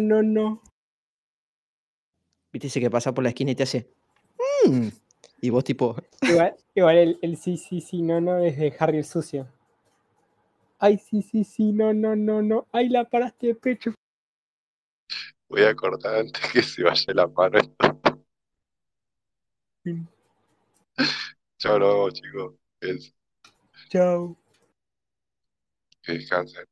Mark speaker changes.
Speaker 1: no, no, no.
Speaker 2: Viste ese que pasa por la esquina y te hace. "Mm". Y vos, tipo,
Speaker 1: Igual, igual el, el sí, sí, sí, no, no es de Harry el sucio. Ay, sí, sí, sí, no, no, no, no. Ay, la paraste de pecho.
Speaker 3: Voy a cortar antes que se vaya la mano. Chao, nos vemos, chicos. Es-
Speaker 1: Chao.
Speaker 3: Que descansen.